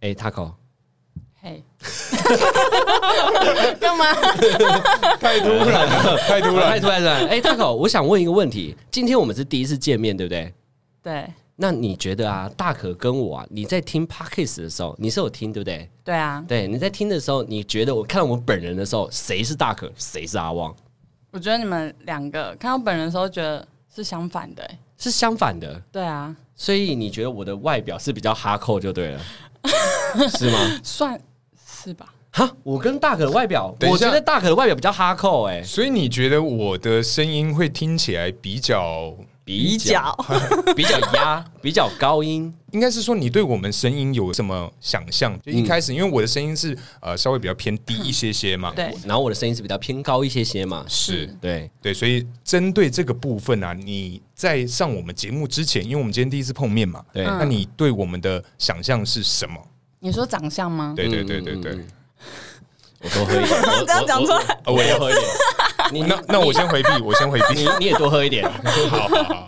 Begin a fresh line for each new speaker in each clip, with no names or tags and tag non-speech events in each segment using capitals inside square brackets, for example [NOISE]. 哎、t a c o
嘿，干嘛？
太突然了，太突
太
然。
突然了。哎、t a c o 我想问一个问题，今天我们是第一次见面，对不对？
对
那你觉得啊，大可跟我啊，你在听 Podcast 的时候，你是有听对不对？
对啊，
对，你在听的时候，你觉得我看到我们本人的时候，谁是大可，谁是阿旺，
我觉得你们两个看到本人的时候，觉得是相反的、欸。
是相反的。
对啊，
所以你觉得我的外表是比较哈扣就对了，是吗？
算是吧。
哈，我跟大可的外表，
等一
我
下
觉得大可的外表比较哈扣哎、
所以你觉得我的声音会听起来比较，
比较比较压，比较高音，
应该是说你对我们声音有什么想象？
嗯
就一开始，因为我的声音是呃稍微比较偏低一些些嘛，
对，
然后我的声音是比较偏高一些些嘛，
是
对，
对，所以针对这个部分啊，你在上我们节目之前，因为我们今天第一次碰面嘛，
对
那你对我们的想象是什么？
你说长相吗？
[LAUGHS] 对对对
嗯
对对，
嗯我多喝一点，我
这样讲出来
我我我也喝一点， [LAUGHS] 你
那那我先回避，我先回避
[LAUGHS] 你。你也多喝一点，
[LAUGHS] 好好好，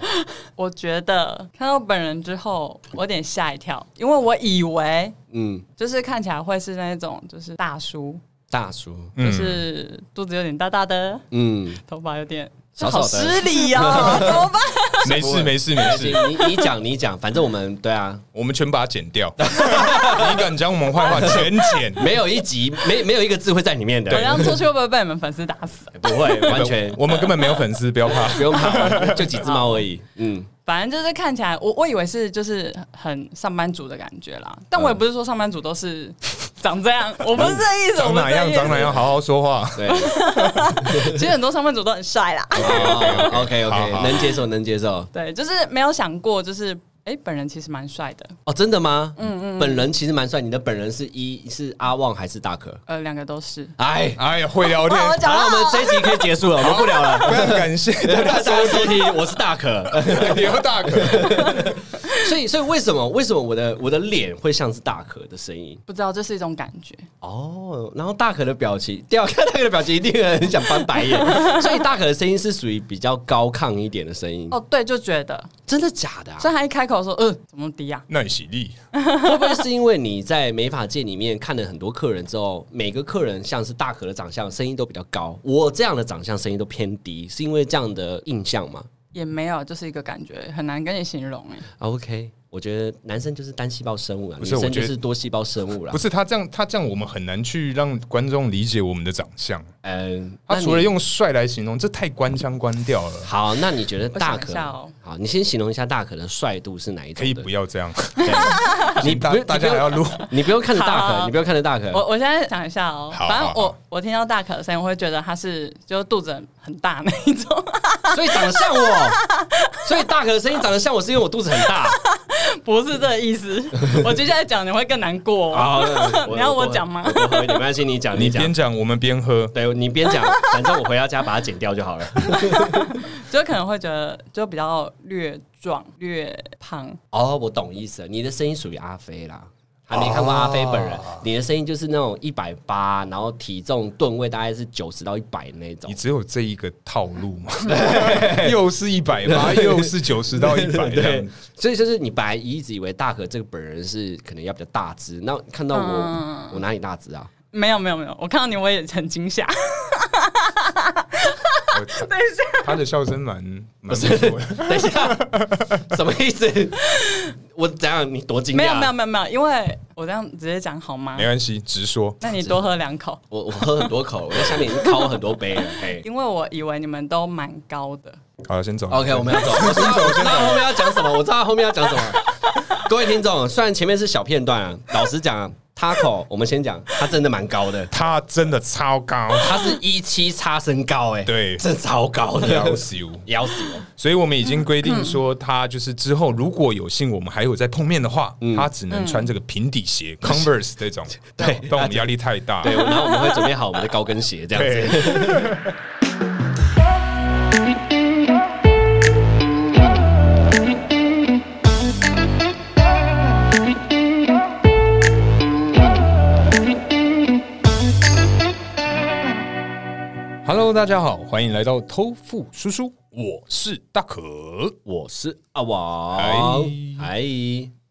我觉得看到本人之后，我有点吓一跳，因为我以为
嗯，
就是看起来会是那种就是大叔，
大叔，
就
嗯，
是肚子有点大大的，
嗯，
头发有点。
少少的
好失礼哦，
[LAUGHS]
怎么办？
没事没事没事，
你你讲你讲，反正我们对啊，
我们全把它剪掉。 [LAUGHS] 你敢讲我们坏话，全剪。
没有一集没没有一个字会在里面的
我这，样出去会不会被你们粉丝打死？
不
[LAUGHS]
会完全
我们根本没有粉丝，不要怕。
不用怕，就几只猫而已，嗯，
反正就是看起来，我我以为是就是很上班族的感觉啦，但我也不是说上班族都是长这
[LAUGHS]
样，我不是这意思，我
嗯长
不是
哪
这
样
意
长哪
思。
样，好好说话。
对
其实很多上班族都很帅啦，
哦
，OK
好
OK，
好
哦能接受能接受，
对，就是没有想过，就是哎、诶本人其实蛮帅的，
哦，真的吗？嗯嗯，本人其实蛮帅，你的本人是一是阿旺还是大可？
呃，两个都是。
哎，
[LAUGHS] 哎呀，会聊天，
哇，我讲
好了，
到
我们这一集可以结束了，我们不聊
[LAUGHS]
了。
非常感谢
大家收听，我是大可。
刘大可。
[LAUGHS] 所以，所以为什么为什么我的我的脸会像是大可的声音？
不知道这是一种感觉，
哦，然后大可的表情，对啊，看大可的表情一定很想翻白
[LAUGHS]
眼。所以大可的声音是属于比较高亢一点的声音。
哦，对，就觉得，
真的假的、啊？
所以他一开口说，呃，怎么低啊？
那你喜力，
会不会是因为你在美发界里面看了很多客人之后，每个客人像是大可的长相声音都比较高，我这样的长相声音都偏低，是因为这样的印象吗
也没有，就是一个感觉，很难跟你形容哎、
嗯
啊？OK，我觉得男生就是单细胞生物啦，
不
女
是我
生
觉
就
得
是多细胞生物啦
不。是他这样，他这样我们很难去让观众理解我们的长相。
嗯，那
他
你
除了用帅来形容，这太官腔官调了，
好，那你觉得
我
大
想一
可
下哦
好？你先形容一下大可的帅度是哪一种？
可以不，要这样。
你
[LAUGHS] 大
不
大家还要录，
你不用看着大可，
好
你不用看着大可。
我我现在想一下哦，
好
反正
好
我
好
我听到大可的声音，我会觉得他是就是肚子很很大那一种，
[LAUGHS] 所以长得像我，所以大可的声音长得像我，是因为我肚子很大。
不是这个意
[LAUGHS]
思。我接下来讲你会更难过、
啊
[LAUGHS]
哦。
好，呃
[LAUGHS] 你要我讲吗
我多喝一点没关系，你讲，
你
讲
边。讲我们边喝。
对你边讲，反正我回到家把它剪掉就好了。
就可能会觉得就比较略壮、略胖，
[LAUGHS] 哦，我懂意思了，你的声音属于阿飞啦。还没看过阿飞本人，你的声音就是那种一百八，然后体重吨位大概是九十到一百那种
你。只有这一个套路 [LAUGHS] 吗？又是一百八，又是九十到一
[LAUGHS]
百这样。
所以就是你本来一直以为大可这个本人是可能要比较大只，那看到我，
嗯
我哪里大只啊？
没有没有没有，我看到你我也很惊吓，
我他的笑声蛮蛮不错的。
[LAUGHS] 等一下，什么意思？ [LAUGHS] 我怎样？你多惊讶？
没有没有，没有没有，因为我这样直接讲好吗
没？关系，直说。
那你多喝两口，
我我喝很多口，我在下面已经敲很多杯了。
[LAUGHS]
嘿
因为我以为你们都蛮高的，
好，先走。
OK，我们要走，我知道我知道后面要讲什么，我知道后面要讲什么。各位听众，虽然前面是小片段啊，老实讲啊，Taco，我们先讲，他真的蛮高的，
他真的超高，
他是一七叉身高、哎，
对
真超
[LAUGHS]
高的，
要
[LAUGHS]
羞。
咬死我！
所以我们已经规定说，他就是之后如果有幸我们还有再碰面的话，他只能穿这个平底鞋 Converse 这种，
嗯 [LAUGHS] 对
但我们压力太大。
对，然后我们会准备好我们的高跟鞋，这样子。
对，Hello，大家好，欢迎来到偷富叔叔，我是大可。
我是阿王啊
哎，
哎，
哎、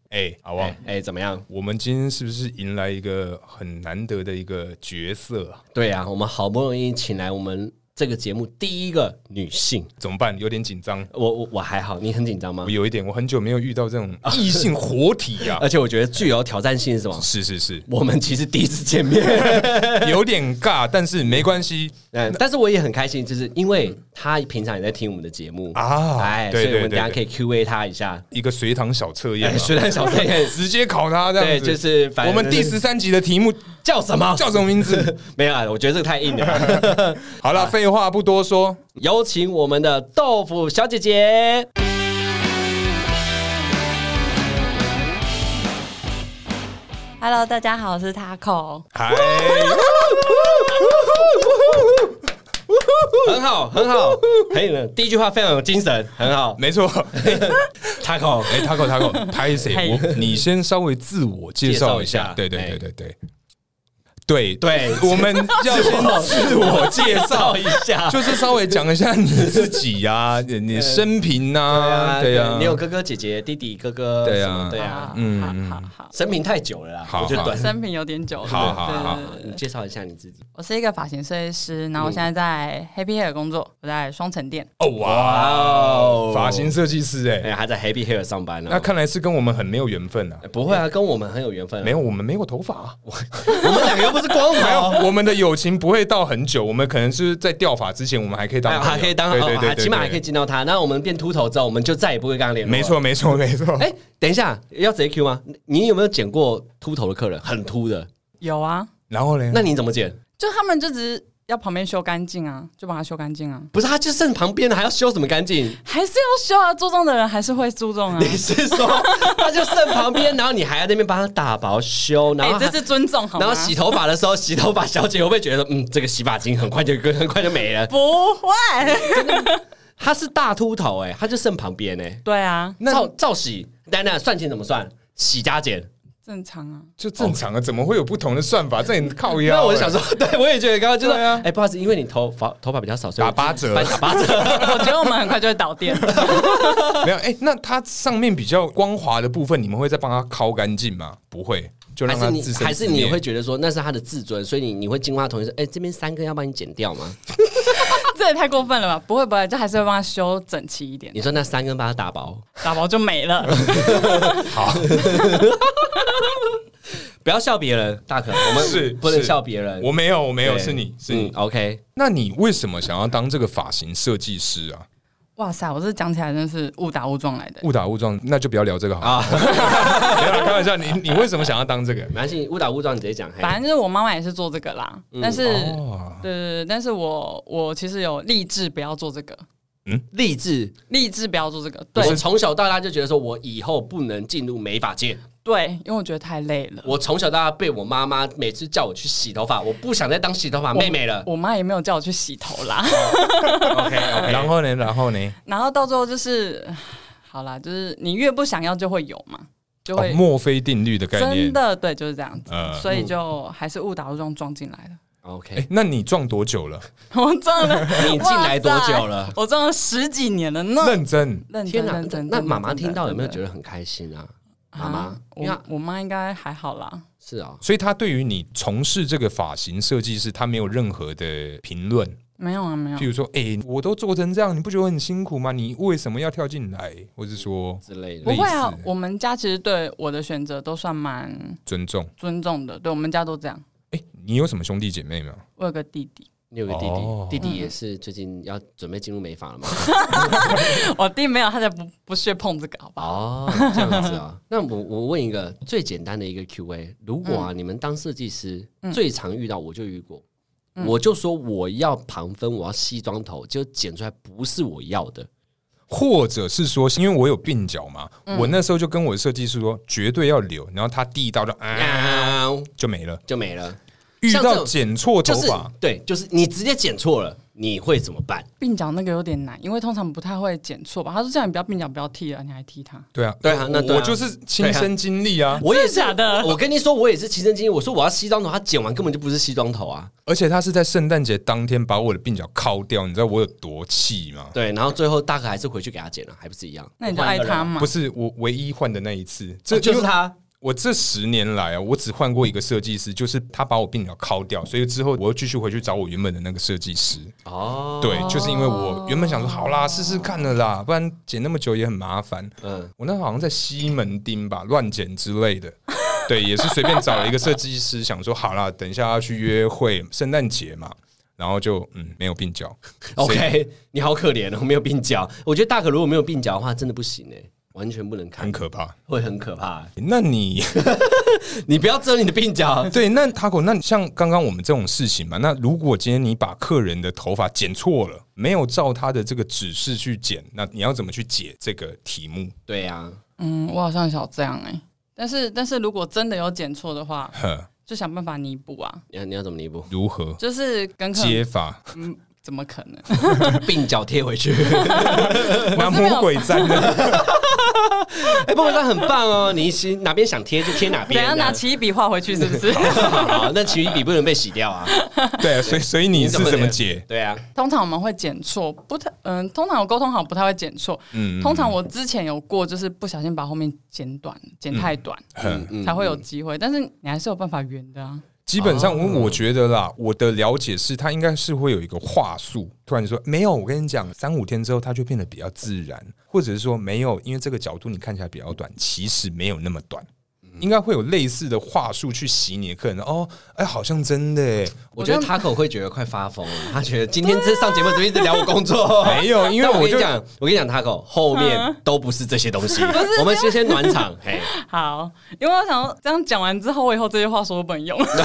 哎，阿旺，
哎、怎么样？
我们今天是不是迎来一个很难得的一个角色啊？
对啊，我们好不容易请来我们这个节目第一个女性，
怎么办？有点紧张，
我我我还好，你很紧张吗
我？有一点，我很久没有遇到这种异性活体
[LAUGHS]
呀、
而且我觉得具有挑战性是什么？ [LAUGHS]
是是是，
我们其实第一次见
[LAUGHS]
面，
有点尬，但是没关系
嗯，但是我也很开心，就是因为她平常也在听我们的节目
啊
哎，所
对
以我
对
们等一下
对
可
对，
以 Q A 她一下，
一个随堂小测验
哎，
啊，
虽然小声也
直接考他这样
对，
子。
就是反
我
正
们第十三集的题目
叫什么？
叫什么名字？
没有啊，我觉得这个太硬了。 [LAUGHS]
好了，废话不多说，
有请我们的豆腐小姐姐。
Hello，大家好，我是 Taco。
嗨，
很好，很好，可以了。第一句话非常有精神，很好。
没错，
Taco，
哎，Taco Taco，拍
嗨
谁？我你先稍微自我介绍一下，
介绍一下
对对
哎
对对对。对
对
我们要先自我介绍
一，下，
就是稍微讲一下你自己呀，你你生平呐，对啊呀，
啊你有哥哥姐姐、弟弟、哥哥，
对啊
什么对啊，
嗯
好好好，
生平太久了啦，
好
我觉得
好
短。
生平有点久了。
好好
对
好嗯
对对对
你介绍一下你自己。
我是一个发型设计师，然后我现在在 Happy Hair 工作，我在双城店。
哦哇，
哦
发型，设计师哎，
哎，还在 Happy Hair 上班呢。
那看来是跟我们很没有缘分啊
哎。不会啊，跟我们很有缘分啊。
没有，我们没有头发啊，
我们两个又不是光
没
头。
有，我们的友情不会到很久，我们可能是在掉发之前，我们还可以当
哎
朋友，
还可以当，
对对
哦
对
还
对，
起码
对
还可以，见到他。那我们变秃头之后，我们就再也不会跟他联络了。
没错没错没错。
[LAUGHS] 哎、等一下，要直接 Q 吗？你你有没有剪过秃头的客人？很秃的，
有啊，
然后呢？
那你怎么剪？
就他们就只是要旁边修干净啊，就把它修干净啊，
不是，他就剩旁边的，还要修什么干净？
还是要修啊。注重的人还是会注重啊。
你是说他就剩旁边，然后你还要那边帮他打薄修，然
哎、
后还、
这是尊重好吗？
然后洗头发的时候，洗头发小姐会不会觉得，嗯，这个洗发精很快就很快就没了？
不会。
他是大秃头哎、他就剩旁边哎、
对啊，
照照洗，丹丹算钱怎么算？洗加减？
正常啊。
就正常啊，怎么会有不同的算法？这很靠腰。
哦
啊
那我就想，说，对我也觉得刚刚就是，哎、
欸对啊
不好意思，因为你头发头发比较少，所以我
打八折
帮你打八折。
我觉得我们很快就会倒店。 [LAUGHS]
没有哎，那它上面比较光滑的部分，你们会再帮它敲干净吗？不会，就
还
让它
是你
自生
还是
自
你
灭 [LAUGHS]
会觉得说那是他的自尊，所以你你会进化同意说，哎、这边三根要帮你剪掉吗？
这也太过分了吧？不会不会，就还是会帮他修整齐一点，
你说那三根把它打薄，
打包就没了。
[LAUGHS] 不要笑别人，大可，我们
是
不能
是
笑别人。
我没有，我没有，
对
是你是你
嗯。OK，
那你为什么想要当这个发型设计师啊？
哇塞，我这讲起来真是误打误撞来的。
误打误撞，那就不要聊这个好了。
啊
没有啦开玩笑，你你为什么想要当这个？
没关系，误打误撞你直接讲。嘿
反正就是我妈妈也是做这个啦，
哎嗯
但是、
哦，
对对对，但是我我其实有立志不要做这个，
励志，
立志不要做这个。对
我从小到大就觉得说我以后不能进入美发界。
对，因为我觉得太累了。
我从小到大被我妈妈每次叫我去洗头发，我不想再当洗头发妹妹了。
[LAUGHS] 我妈也没有叫我去洗头啦， [LAUGHS]
[LAUGHS] OK OK，
然后呢？然后呢？
然后到最后就是， [SIGHS] 唉好啦，就是你越不想要就会有嘛，就
哦
会、
墨菲定律的概
真
念。
的对，就是这样子，
呃
所以就还是误打误撞撞进来了。 [LAUGHS]
OK，、
哎，那你撞多久了？
我撞
[LAUGHS]
了，
你进来多久了
哇塞？我撞了十几年了呢。
认真。
认
天
真
哪
认，真，
那妈妈听到有没有觉
得？
得很开心啊？妈
啊
妈，因为她
我我妈应该还好啦。
是啊、
所以他对于你从事这个发型设计师，他没有任何的评论。
嗯
没有啊，没有
譬。如说，哎、我都做成这样，你不觉得很辛苦吗？你为什么要跳进来？或是说
之类的
不。会啊
类似，
我们家其实对我的选择都算蛮
尊重？
尊重的，对我们家都这样。
哎、你有什么兄弟姐妹吗？
我有个弟弟，
你有个弟弟，
哦
弟弟也是最近要准备进入美发
[LAUGHS]
了嘛？
我哦弟没有，他才不不屑碰这个，好不好？
哦，这样子啊。 [LAUGHS] 那我我问一个最简单的一个 Q&A，如果
嗯
啊、你们当设计师、最常遇到，我就遇过，
嗯
我就说我要旁分，我要西装头，就剪出来不是我要的。
或者是说，因为我有鬓角嘛，
嗯
我那时候就跟我的设计师说，绝对要留。然后他第一刀就
嗯
啊
喵
就没了。
就没了，
遇
嗯像这种
到剪错
就
头
是
发，
对，就是你直接剪错了，你会怎么办？
鬓角那个有点难，因为通常不太会剪错吧？他说叫你不要鬓角不要剃了，你还剃它，
对啊，
对啊那
我
对啊
我就是亲身经历啊，
我也是
真的假的
我跟你说，我也是亲身经历。我说我要西装头，他剪完根本就不是西装头啊。
而且他是在圣诞节当天把我的鬓角敲掉，你知道我有多气吗？
对，然后最后大可还是回去给他剪了，还不是一样？
那你就爱它
吗？
嘛
不。是我唯一换的那一次，这
啊哦就是。
因为
他。
我这十年来啊，我只换过一个设计师，就是他把我鬓角敲掉，所以之后我又继续回去找我原本的那个设计师。
哦，
对，就是因为我原本想说，好啦，试试看了啦，不然剪那么久也很麻烦。
嗯，
我那好像在西门町吧，乱剪之类的。对，也是随便找了一个设计师，想说好啦，等一下要去约会，圣诞节嘛，然后就嗯没有鬓角。
OK，你好可怜哦，没有鬓角。我觉得大可如果没有鬓角的话，真的不行哎，完全不能看
很，可怕。
会很可怕。
那你，
你不要遮你的鬓角
对那 Taco，那像刚刚我们这种事情嘛，那如果今天你把客人的头发剪错了，没有照他的这个指示去剪，那你要怎么去解这个题目？
对啊呀，
嗯，我好像想这样哎、但是但是如果真的有剪错的
[LAUGHS]
话，
呵，？
就想办法弥补啊。
你要你要怎么弥补
如何
就是跟客人
接法？
嗯，怎么可
[LAUGHS]
能？
[LAUGHS] 鬓角贴回去，
拿魔鬼粘的。
哎，不过这很棒哦。你是哪边想贴就贴哪
怎
啊
边，
样拿
这
起一笔画回去是不
[LAUGHS]
是？
样好，那其余笔不能被洗掉 [LAUGHS] 啊。
对，所以所以你是怎么解？
对啊，
通常我们会剪错，不太嗯，通常我沟通好不太会剪错。
嗯，
通常我之前有过，就是不小心把后面剪短，剪太短、
嗯
嗯
才会有机会，但是你还是有办法圆的啊。
基本上
哦
我我觉得啦，我的了解是，他应该是会有一个话术。突然说没有，我跟你讲，三五天之后，它就变得比较自然，或者是说没有，因为这个角度你看起来比较短，其实没有那么短。
嗯
应该会有类似的话术去洗你的客人哦，哎，好像真的耶，
我觉得 Taco 会觉得快发疯了，他觉得今天这上节目怎么一直聊我工作？
没有 [LAUGHS] 因为
但哎我
我
跟
就
你讲，我跟你讲，Taco 后面都嗯不是这些东西，我们先先暖 [LAUGHS] 场，嘿，
好，因为我想说这样讲完之后，我以后这些话说都不能用。
没关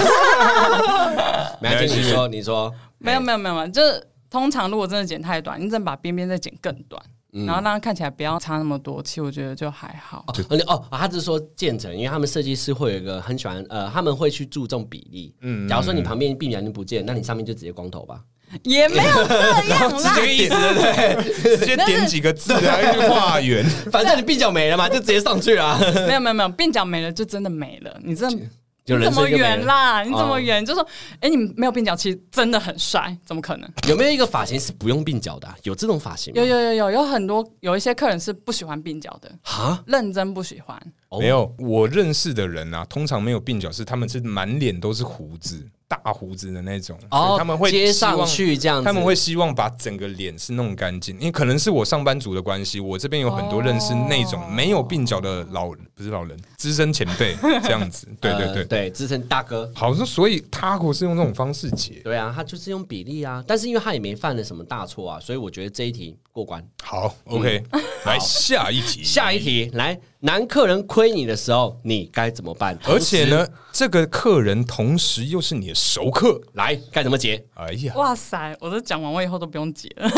系，
没关系
你说，你说，
没有没有没有没有，就是通常如果真的剪太短，你只能把边边再剪更短，然后让它看起来不要差那么多，其实我觉得就还好。
哦，你哦，他只是说渐层，因为他们设计师会有一个很喜欢，呃，他们会去注重比例。嗯，假如说你旁边鬓角已经不见，那你上面就直接光头吧。
也没有这样啦，
直接点，直接点几个字啊来去化缘。
反正你鬓角没了嘛，就直接上去
[LAUGHS]
啊。
没有没有没有，鬓角没了就真的没了，你真的。
有
你
人
怎么
生就没
圆
了。
啦？你怎么圆？就说，哎、你没有鬓角，其实真的很帅，怎么可能？
有没有一个发型是不用鬓角的啊、有这种发型吗？
有有有有有很多有一些客人是不喜欢鬓角的，
哈，
认真不喜欢。
[LAUGHS] 哦
没有，我认识的人啊，通常没有鬓角，是他们是满脸都是胡子，大胡子的那种，所
哦
以，他们会
接
希望
上去这样子，
他们会希望把整个脸是弄干净，因为可能是我上班族的关系，我这边有很多认识那种没有鬓角的老不是老人，资深前辈这样子。对对
呃
哦对，
对，资深大哥。
好，那所以 Taco 是用这种方式解。
对啊，他就是用比例啊，但是因为他也没犯了什么大错啊，所以我觉得这一题过关。
好，OK，来嗯下一题。
下一题，来，男客人亏你的时候，你该怎么办？
而且呢，这个客人同时又是你的熟客。
来该怎么结
哎呀，
哇塞，我都讲完，我以后都不用解了。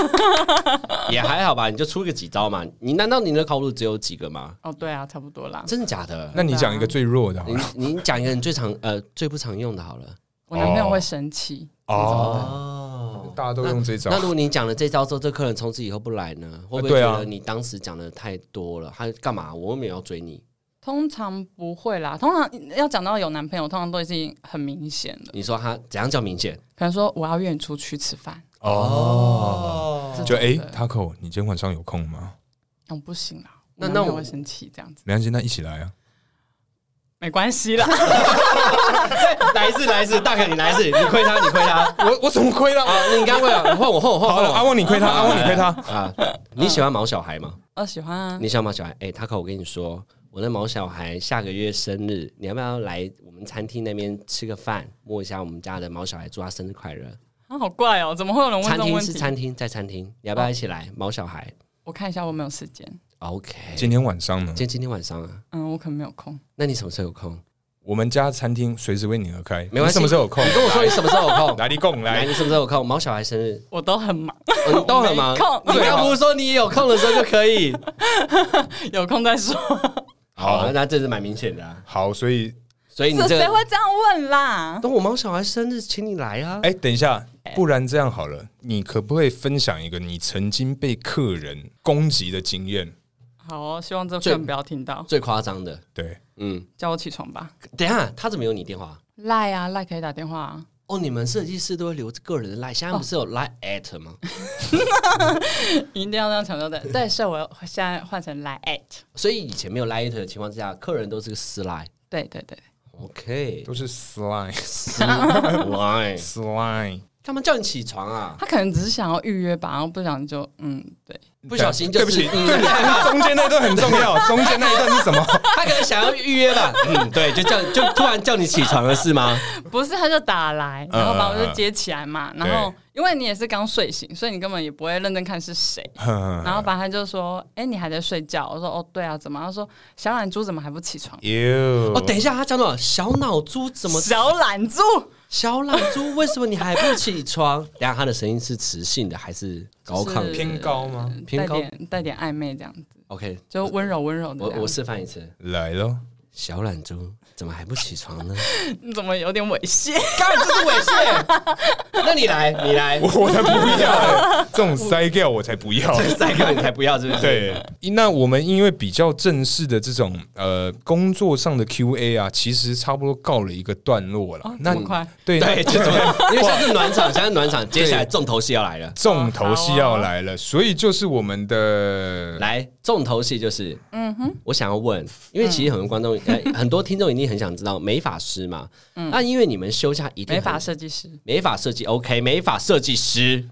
也还好吧，你就出个几招嘛。你难道你的套路只有几个吗？
哦，对啊，差不多啦。
真的假的？
那你讲一个最弱的好
你
了。
你讲一个你最常呃最不常用的好了。
我男朋友会生气，
哦，
哦，
大家都用这招
那。如果你讲了这招之后，这客人从此以后不来呢？会不会
对
觉
啊
得你当时讲的太多了？他干嘛？我又没有要追你。
通常不会啦。通常要讲到有男朋友，通常都已经很明显了。
你说他怎样叫明显？
可能说我要约你出去吃饭，
哦，
这
就
种
哎
的
，Taco，你今天晚上有空吗？
哦，不行啦，
那
我男朋
那
友
我
会生气，这样子
没关系，那一起来啊。
没关系
[LAUGHS]
啦。
来一次，来一次，大可你来一次，你亏他，你亏他。
我我怎么亏了？
啊，你刚问了，你换我，换我，换我
好
换
了，
我。
哦阿旺你亏他，阿旺你亏他。
啊！你喜欢毛小孩吗？
我喜欢啊，
你喜欢毛小孩？哎、他 t 我跟你说，我那毛小孩下个月生日，你要不要来我们餐厅那边吃个饭，摸一下我们家的毛小孩，祝他生日快乐？
啊好怪哦，怎么会有人问这
餐
种
厅
问
是
题？
餐厅，在餐厅，你要不要一起来、毛小孩
我看一下我有没有时间。
？OK，今
今天晚上呢，
天哎今天晚上啊，
嗯，我可能没有空。
那你什么时候有空？
我们家餐厅随时为你而开，
没关系
你什么时候
[LAUGHS]
有空？
你跟我说你什么时候有空？
[LAUGHS] 来，你共
来，
来，
你什么时候有空？毛小孩生日，
我都很忙， [LAUGHS]
哦你都很忙
没空。
你刚不是说你有空的时候就可以？
有空再说。
哎
好
好，那这是蛮明显的、啊。
好，所以
所以你
是
这
谁
个，
会这样问啦？
等我毛小孩生日，请你来啊。
哎，等一下，不然这样好了，你可不可以分享一个你曾经被客人攻击的经验？
好哦、希望这
最
份不要听到，
最夸张的，
对，
嗯，
叫我起床吧。
等一下他怎么有你电话？
赖啊，赖可以打电话、啊。
哦，你们设计师都会留个人的 line，现在
哦
不是有 line at 吗？
[LAUGHS] 一定要这样强调的。对，是我现在换成来 at。
所以以前没有 line at 的情况之下，客人都是个私 line。
对对对，
OK，
都是 slime [LAUGHS]
私 [LAUGHS] line，
slime，
干嘛叫你起床啊？
他可能只是想要预约吧，然后不想就嗯，对，
不小心就
对
是
不起，
嗯哦
对不起，中间那段很重要，
[LAUGHS]
中间那一段是什么？
他可能想要预约吧？ [LAUGHS] 嗯，对，就叫就突然叫你起床了是吗？
不是他就打来，
嗯
然后把我就接起来嘛，然后
对
因为你也是刚睡醒，所以你根本也不会认真看是谁，
嗯
然后反正他就说，哎、你还在睡觉？我说哦，对啊，怎么？他说小懒猪怎么还不起
[LAUGHS]
床？
哟
哦，等一下，他讲到小脑猪怎么
小懒猪
小懒猪为什么你还不起床？ [LAUGHS] 等一下他的声音是磁性的还是高亢
是
的
偏高吗？
偏
带
高
点带点暧昧这样子，
？OK，
就温柔温柔的
我
这样
我示范一次，
来喽，
小懒猪怎么还不起床呢？
你怎么有点猥
[LAUGHS]
亵？
干，这是猥亵。那你来，你来，
我我才不要欸，这种塞掉我才不要。
再看你才不要，是不是？
对，那我们因为比较正式的这种呃工作上的 Q&A 啊，其实差不多告了一个段落了。那
哦这么快
对
对，就怎么样？因为现在是暖场，现在是暖场，接下来重头戏要来了。
重头戏要来了，所以就是我们的
啊来，重头戏就是，嗯哼，我想要问，因为其实很多观众、
[LAUGHS]
呃，很多听众一定很想知道美发师嘛，那因为你们休假一定
嗯美
很
发设计师
美发设计 OK，美发设计师，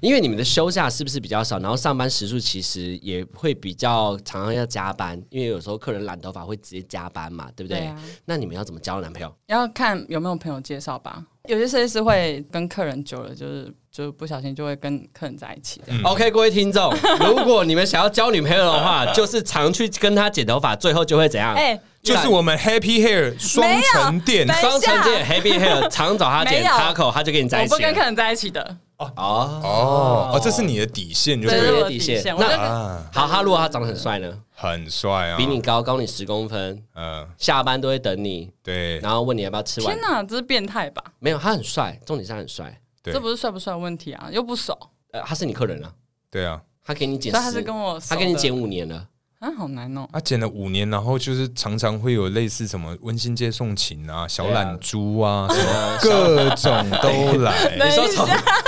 因为你们的休假是不是比较少？然后上班时数其实也会比较常常要加班，因为有时候客人染头发会直接加班嘛，对不对？
对啊
那你们要怎么交男朋友？
要看有没有朋友介绍吧。有些设计师会跟客人久了，就是就不小心就会跟客人在一起
嗯
这样。
OK，各位听
[LAUGHS]
众，如果你们想要交女朋友的话，就是常去跟她剪头发，最后就会怎样？
哎、
就是我们 Happy Hair 双层店
没有
双城店 Happy
[LAUGHS]
Hair 常找她剪
没有
taco，她就跟你在
我
一起
不跟客
了。
人在一起的，
哦，
哦哦，这是你的底线，就
这
对
是
是
我的
底
底
线
线。我
那
就跟
啊，
好，他如果他长得很帅呢，
很帅啊，
比你高，高你十公分，
嗯，
下班都会等你，
对
然后问你要不要吃晚
天哪，这是变态吧？
没有，他很帅，重点是他很帅。
对
这不是帅不帅的问题啊，又不熟，
呃，他是你客人啊，
对啊，
他给你剪
所以
十，
他是跟我熟
他
的
给你剪五年了，
啊，好难哦。
他剪了五年，然后就是常常会有类似什么温馨接送情啊、小懒猪啊，什
[LAUGHS]
么各种都来。
你说从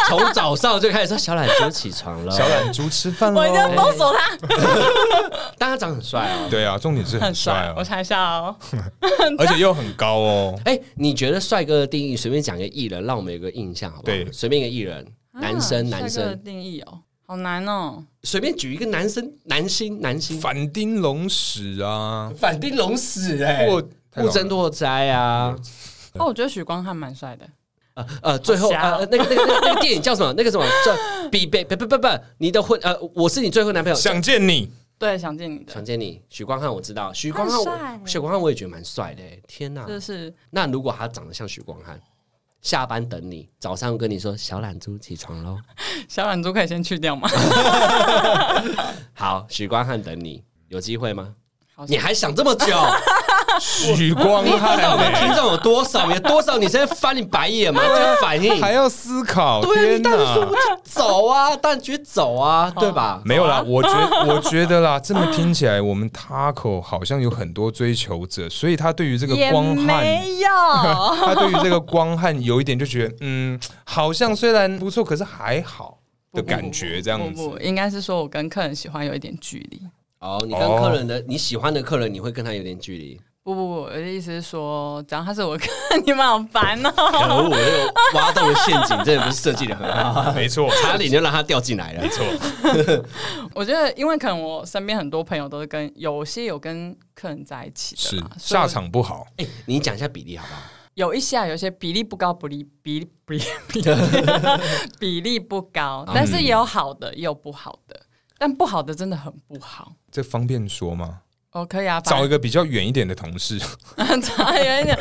从早上就开始说小懒猪起床
小
了，
懒猪吃饭
我一定要
喽！
封锁他，
但他长得很帅哦。
对啊，重点是很
很
帅
帅。我
哦，
查一下哦，
而且又很高哦。
哎，你觉得帅哥的定义？随便讲一个艺人，让我们有个印象，好不好？
对
随便一个艺人，男
[LAUGHS]
生，
啊
男
帅哥的
生，
定义哦，好难哦。
随便举一个男生，男星，男星，
反丁龙屎啊，
反町隆史哎
或
不争多灾啊，
哦，我觉得许光汉蛮帅的，
呃呃，最后
好瞎
呃
哦
呃那个那个那个那个电影叫什么？那个什么叫比被不不不不，你的婚呃，我是你最后男朋友，
想见你，
对，想见你的，
想见你，许光汉我知道，许光汉
很
我，
帅
许光汉我也觉得蛮帅的、欸。天哪！
就是
那如果他长得像许光汉，下班等你，早上跟你说小懒猪起床喽。
小懒猪可以先去掉吗？
好，许光汉等你，有机会吗
好？
你还想这么久？
许光
你知道我们
汉
听
欸，
众有多少？有多少女生翻你白眼吗？这个反应，
还要思考，
对啊，
天
你当然说我
哪！
就走啊，当然觉得走啊，对吧？
没有啦，我觉 [LAUGHS] 我觉得啦，这么听起来，我们 Taco 好像有很多追求者，所以他对于这个
也
光汉
没有，
他对于这个光汉有一点就觉得，嗯，好像虽然不错，可是还好的感觉这样
不不，
子。
应该是说我跟客人喜欢有一点距离。
哦，你跟客人的你喜欢的客人，你会跟他有点距离。
不不不，我的意思是说，只要他是我客人， [LAUGHS] 你们好烦哦、
可恶，这个挖洞的陷阱真的不是设计的很
[LAUGHS]
好。
没错，
差点就让他掉进来了。没错，
我觉得，因为可能我身边很多朋友都是跟有些有跟客人在一起
是
的啦，啊所以
下
我
场不好，
哎，你讲一下比例好不好？
有一些啊，有些比例不高，比例比例比例比例比例不高，但是也有好的，也有不好的，但不好的真的很不好。
这方便说吗？
哦，可以啊，
找一个比较远一点的同事，
反 [LAUGHS] 找有一点，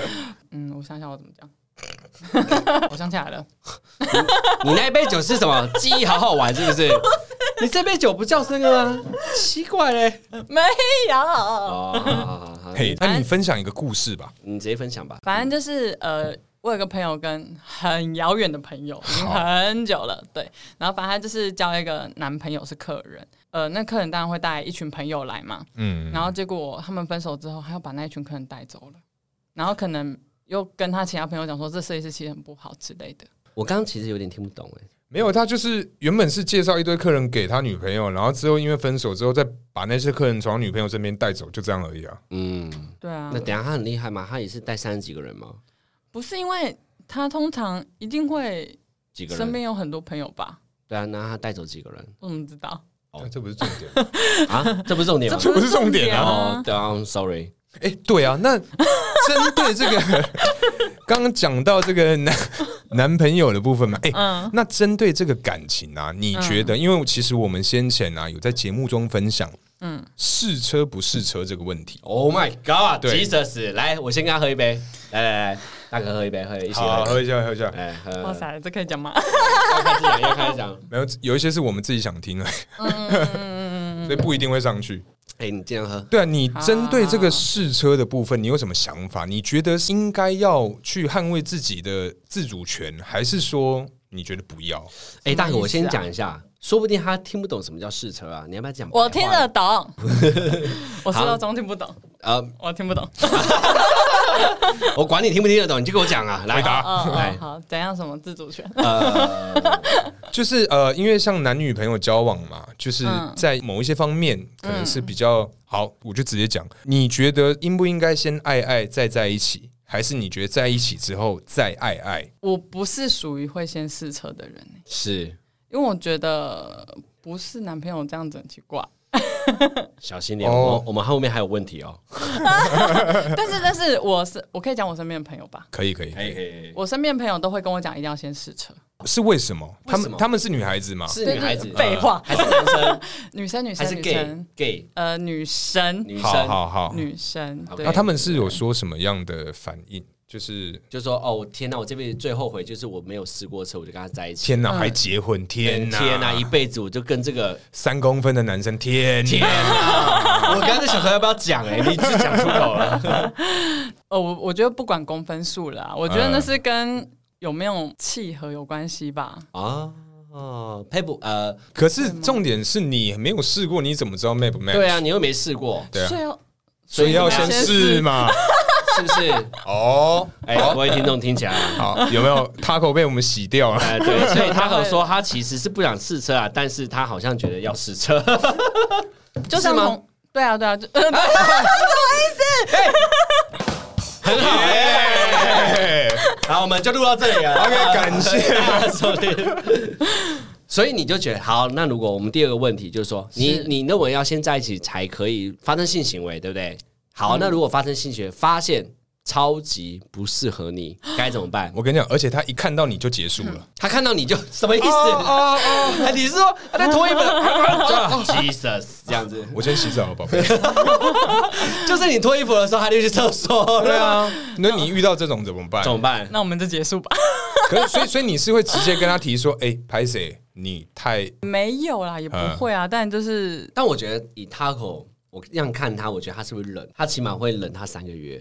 嗯，我想想我怎么讲， [LAUGHS] 我想起来了，
你那一杯酒是什么？记忆好好玩是不是？你这杯酒不叫声啊？奇怪嘞。
没有。
哦，好好好好，
嗯
嘿，那你分享一个故事吧。
你直接分享吧。
反正就是呃，我有个朋友跟很遥远的朋友，已经很久了，对。然后反正他就是交一个男朋友是客人，呃，那客人当然会带一群朋友来嘛。
嗯，
然后结果他们分手之后，他又把那一群客人带走了，然后可能又跟他其他朋友讲说这设计师其实很不好之类的。
我刚刚其实有点听不懂哎、
没有，他就是原本是介绍一堆客人给他女朋友，然后之后因为分手之后，再把那些客人从他女朋友身边带走，就这样而已啊。
嗯，
对啊
那，等一下他很厉害吗？他也是带三十几个人吗？
不是因为他通常一定会
几个
身
人？
边有很多朋友吧？
对啊，那他带走几个人
我怎么知道？
哦
但这不是重点。 [LAUGHS]
[LAUGHS] 啊？这不是重点吗？
这不是重点
哦，对啊，I'm，sorry，
哎、对啊，那针对这个刚刚讲到这个男男朋友的部分嘛，哎、
嗯
那针对这个感情啊，你觉得？因为其实我们先前啊有在节目中分享
嗯，
试车不试车这个问题。
Oh my
对
God，Jesus！来，我先跟他喝一杯，来来来，大哥喝一杯，喝一起
好，
喝
喝
一杯，
一下，喝一下。
哎，喝，
哇塞，这可以讲吗？
要开始讲，要开始讲。
没有，有一些是我们自己想听的，所以不一定会上去。
哎，你尽量喝。
对啊，你针对这个试车的部分，你有什么想法？你觉得应该要去捍卫自己的自主权，还是说你觉得不要？
哎，大哥，我
什
先
么意思啊
讲一下，说不定他听不懂什么叫试车啊，你要不要讲白话？
我听得懂， [LAUGHS] 我说到中听不懂，
呃，
我听不懂。
我管你听不听得懂，你就给我讲啊，来
回答
哦哦
来，
好，怎样什么自主权？ [LAUGHS]
呃，
就是呃，因为像男女朋友交往嘛，就是
嗯
在某一些方面可能是比较、好，我就直接讲，你觉得应不应该先爱爱再在一起，还是你觉得在一起之后再爱爱？
我不是属于会先试车的人、欸
是
因为我觉得不是男朋友这样子很奇怪。
小心点，
哦
我们我们后面还有问题哦。
但是，但是我是我可以讲我身边的朋友吧，
可以，可以，可
可
以
以可以，
我身边的朋友都会跟我讲一定要先试车。
是为什么？
为
他
什
们
么
他们是女孩子嘛？
啊是女孩子
对，废话
呃还是男
[LAUGHS]
生，
女生，女
还
生，
是
女
gay
生，
gay
呃，女生，
女
好
生？
好好，
女生，对
那、，他们是有说什么样的反应？就是
就说哦，天哪，我这辈子最后悔就是我没有试过车，我就跟他在一起。
天哪，还结婚！天哪，
天哪，一辈子我就跟这个
三公分的男生，天
[LAUGHS] 天
哪！
[LAUGHS] 哪！我刚才想说要不要讲哎、你就讲出口了。
呃，我我觉得不管公分数啦，我觉得那是跟有没有契合有关系吧。
啊 [LAUGHS] 哦，佩布呃，
可是重点是你没有试过，你怎么知道 map 不 map？
对啊，你又没试过，
对啊
所以要
所以要先试嘛。
是不是？
哦，
[LAUGHS] 哎、各位听众听起来。啊
好，有没有 taco 被我们洗掉了？
哎，对， [LAUGHS] 所以他有说他其实是不想试车啊，但是他好像觉得要试车，
就
是
像
吗
同对啊对啊， [LAUGHS] 就呃
很好 [LAUGHS] 哎、
哎
好，我们就录到这里了。
OK，
[LAUGHS]
感谢
大家收听。所以你就觉得好，那如果我们第二个问题就是说，你你认为要先在一起才可以发生性行为，对不对？
嗯
好，那如果发生性行为，发现超级不适合你，该怎么办？
我跟你讲，而且他一看到你就结束了。
他看到你就什么意思？
哦哦，
[LAUGHS] 哎你是说他在脱衣服
[LAUGHS]
[LAUGHS] ？Jesus，这样子，
我先洗澡了，宝贝。
就是你脱衣服的时候，他就去厕所
对
了，
啊，那你遇到这种怎么办
怎？么办？
那我们就结束吧。
可是，所以，所以你是会直接跟他提说，哎，拍谁？你太
没有啦，也不
嗯
会啊，但就是
但我觉得以 Taco，我这样看他，我觉得他是会冷，他起码会冷他三个月，